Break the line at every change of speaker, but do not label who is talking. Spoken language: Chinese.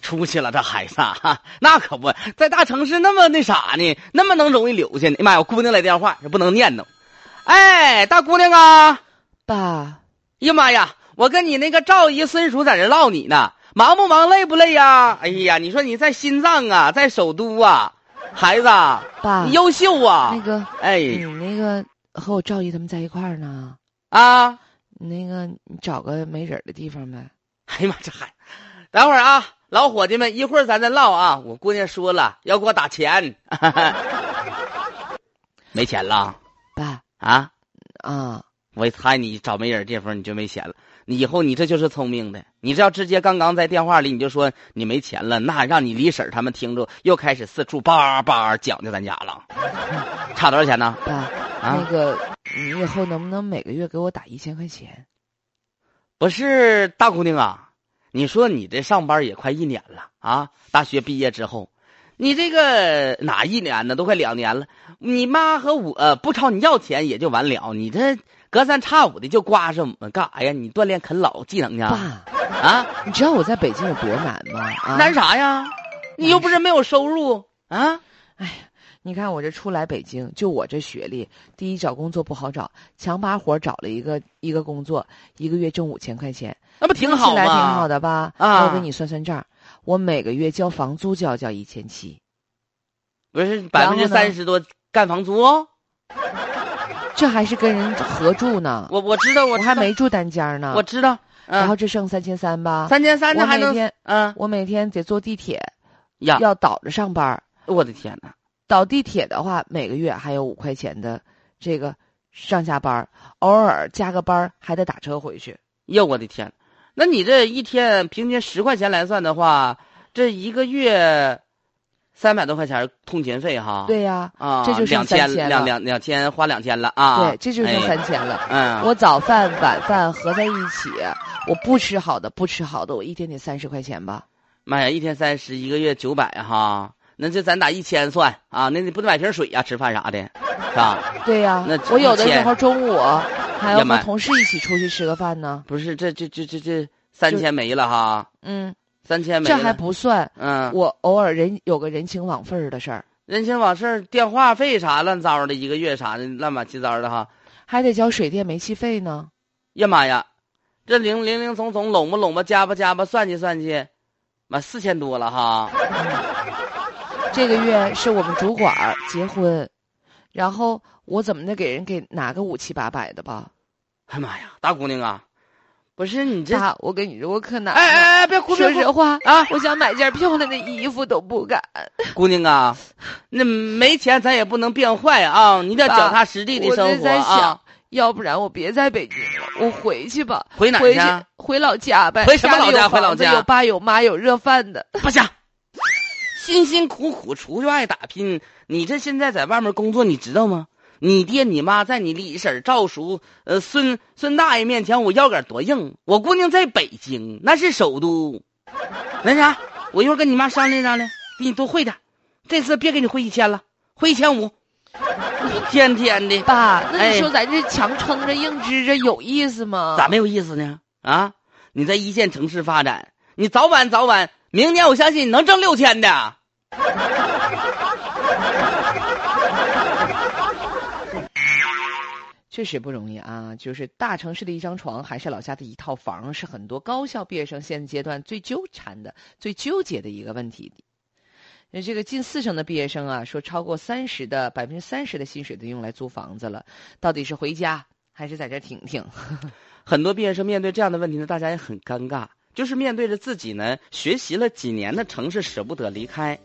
出息了，这孩子啊，那可不在大城市那么那啥呢，那么能容易留下呢。哎妈呀，我姑娘来电话，这不能念叨。哎，大姑娘啊，
爸，
哎呀妈呀，我跟你那个赵姨孙叔在这唠你呢，忙不忙，累不累呀、哎呀，你说你在心脏啊，在首都啊，孩子啊，
爸，
你优秀啊
那，个你
哎
那个和我赵姨他们在一块儿呢，
啊。
那个你找个没人儿的地方呗。
哎呀妈，这孩，等会儿啊，老伙计们，一会儿咱再唠啊。我姑娘说了要给我打钱， 没钱了
爸
啊！
啊，
我一猜你找没人地方你就没钱了。你以后你这就是聪明的，你这要直接刚刚在电话里你就说你没钱了，那让你李婶儿他们听着又开始四处叭叭讲究咱家了。 差多少钱呢？
爸，
啊
那个你以后能不能每个月给我打一千块钱？
不是大姑娘啊，你说你这上班也快一年了啊，大学毕业之后，你这个哪一年呢？都快两年了。你妈和我、呃不朝你要钱也就完了，你这隔三差五的就刮着我们干哎啥呀？你锻炼啃老技能去啊？
爸，
啊，
你知道我在北京有多难吗？啊，
难啥呀？你又不是没有收入啊？
你看我这初来北京，就我这学历，第一找工作不好找，强巴活找了一个一个工作，一个月挣五千块钱，
那不挺好
听
吗？
起来挺好的吧？
啊
我给你算算账，我每个月交房租就要交一千七，
不是百分之三十多干房租、哦
这还是跟人合住呢，
我我知道，我
我还
知道
没住单间呢。
我知道。
然
嗯
后，这剩三千三吧，
三千三
我
的还
每
能
天
嗯
我每天得坐地铁，
呀，
要倒着上班儿，
我的天哪！
倒地铁的话，每个月还有五块钱的这个上下班儿，偶尔加个班儿还得打车回去。
哟，我的天，那你这一天平均十块钱来算的话，这一个月三百多块钱通勤费哈。
对呀、
啊，
这就剩
两千
三千了
两两两千花两千了啊。
对，这就剩
哎
三千了。
嗯，
我早饭晚饭合在一起，我不吃好的不吃好的，我一天得三十块钱吧。
妈呀，一天三十，一个月九百哈，那就咱打一千算啊，那你不得买瓶水呀、吃饭啥的，是吧？
对呀、
那
我有的
1000
时候中午还要
呀妈
和
呀
同事一起出去吃个饭呢。
不是，这这这这这三千没了哈，
嗯，
三千没
这
了。
还不算，
嗯，
我偶尔人有个人情往份儿的事儿，
人情往事儿、电话费啥乱糟的，一个月啥的乱八七糟的哈。
还得交水电煤气费呢。
呀妈呀，这零零零总总拢吧拢吧加吧加吧算计算计，妈四千多了哈！
这个月是我们主管儿结婚，然后我怎么得给人给拿个五七八百的吧？
哎妈呀，大姑娘啊，不是你这，哎
爸，我跟你说，我可难了。
哎哎，别哭
说
别
实
哭，
话
啊
我想买件漂亮的衣服都不敢。
姑娘啊，那没钱咱也不能变坏啊，你得
爸
脚踏实地的
我
生
正
活
在
啊
想。，要不然我别在北京了，我回去吧，
回哪儿
回
去啊？
回老家呗。
回什么
里
老
有
家回
房
老
子
家
有爸有妈有热饭的。
不行，辛辛苦苦出去爱打拼，你这现在在外面工作，你知道吗？你爹你妈在你李婶儿、赵叔、呃孙孙大爷面前，我腰杆多硬。我姑娘在北京，那是首都。那啥，我一会儿跟你妈商量商量，给你多汇点儿。这次别给你汇一千了，汇一千五。一天天的，
爸，那
哎
你说咱这强撑着、硬支着有意思吗？
咋没有意思呢？啊，你在一线城市发展，你早晚早晚，明年我相信你能挣六千的。
确实不容易啊，就是大城市的一张床，还是老家的一套房，是很多高校毕业生现阶段最纠缠的、最纠结的一个问题。那这个近四成的毕业生啊，说超过三十的百分之三十的薪水都用来租房子了，到底是回家还是在这儿挺挺？
很多毕业生面对这样的问题呢，大家也很尴尬，就是面对着自己呢学习了几年的城市舍不得离开，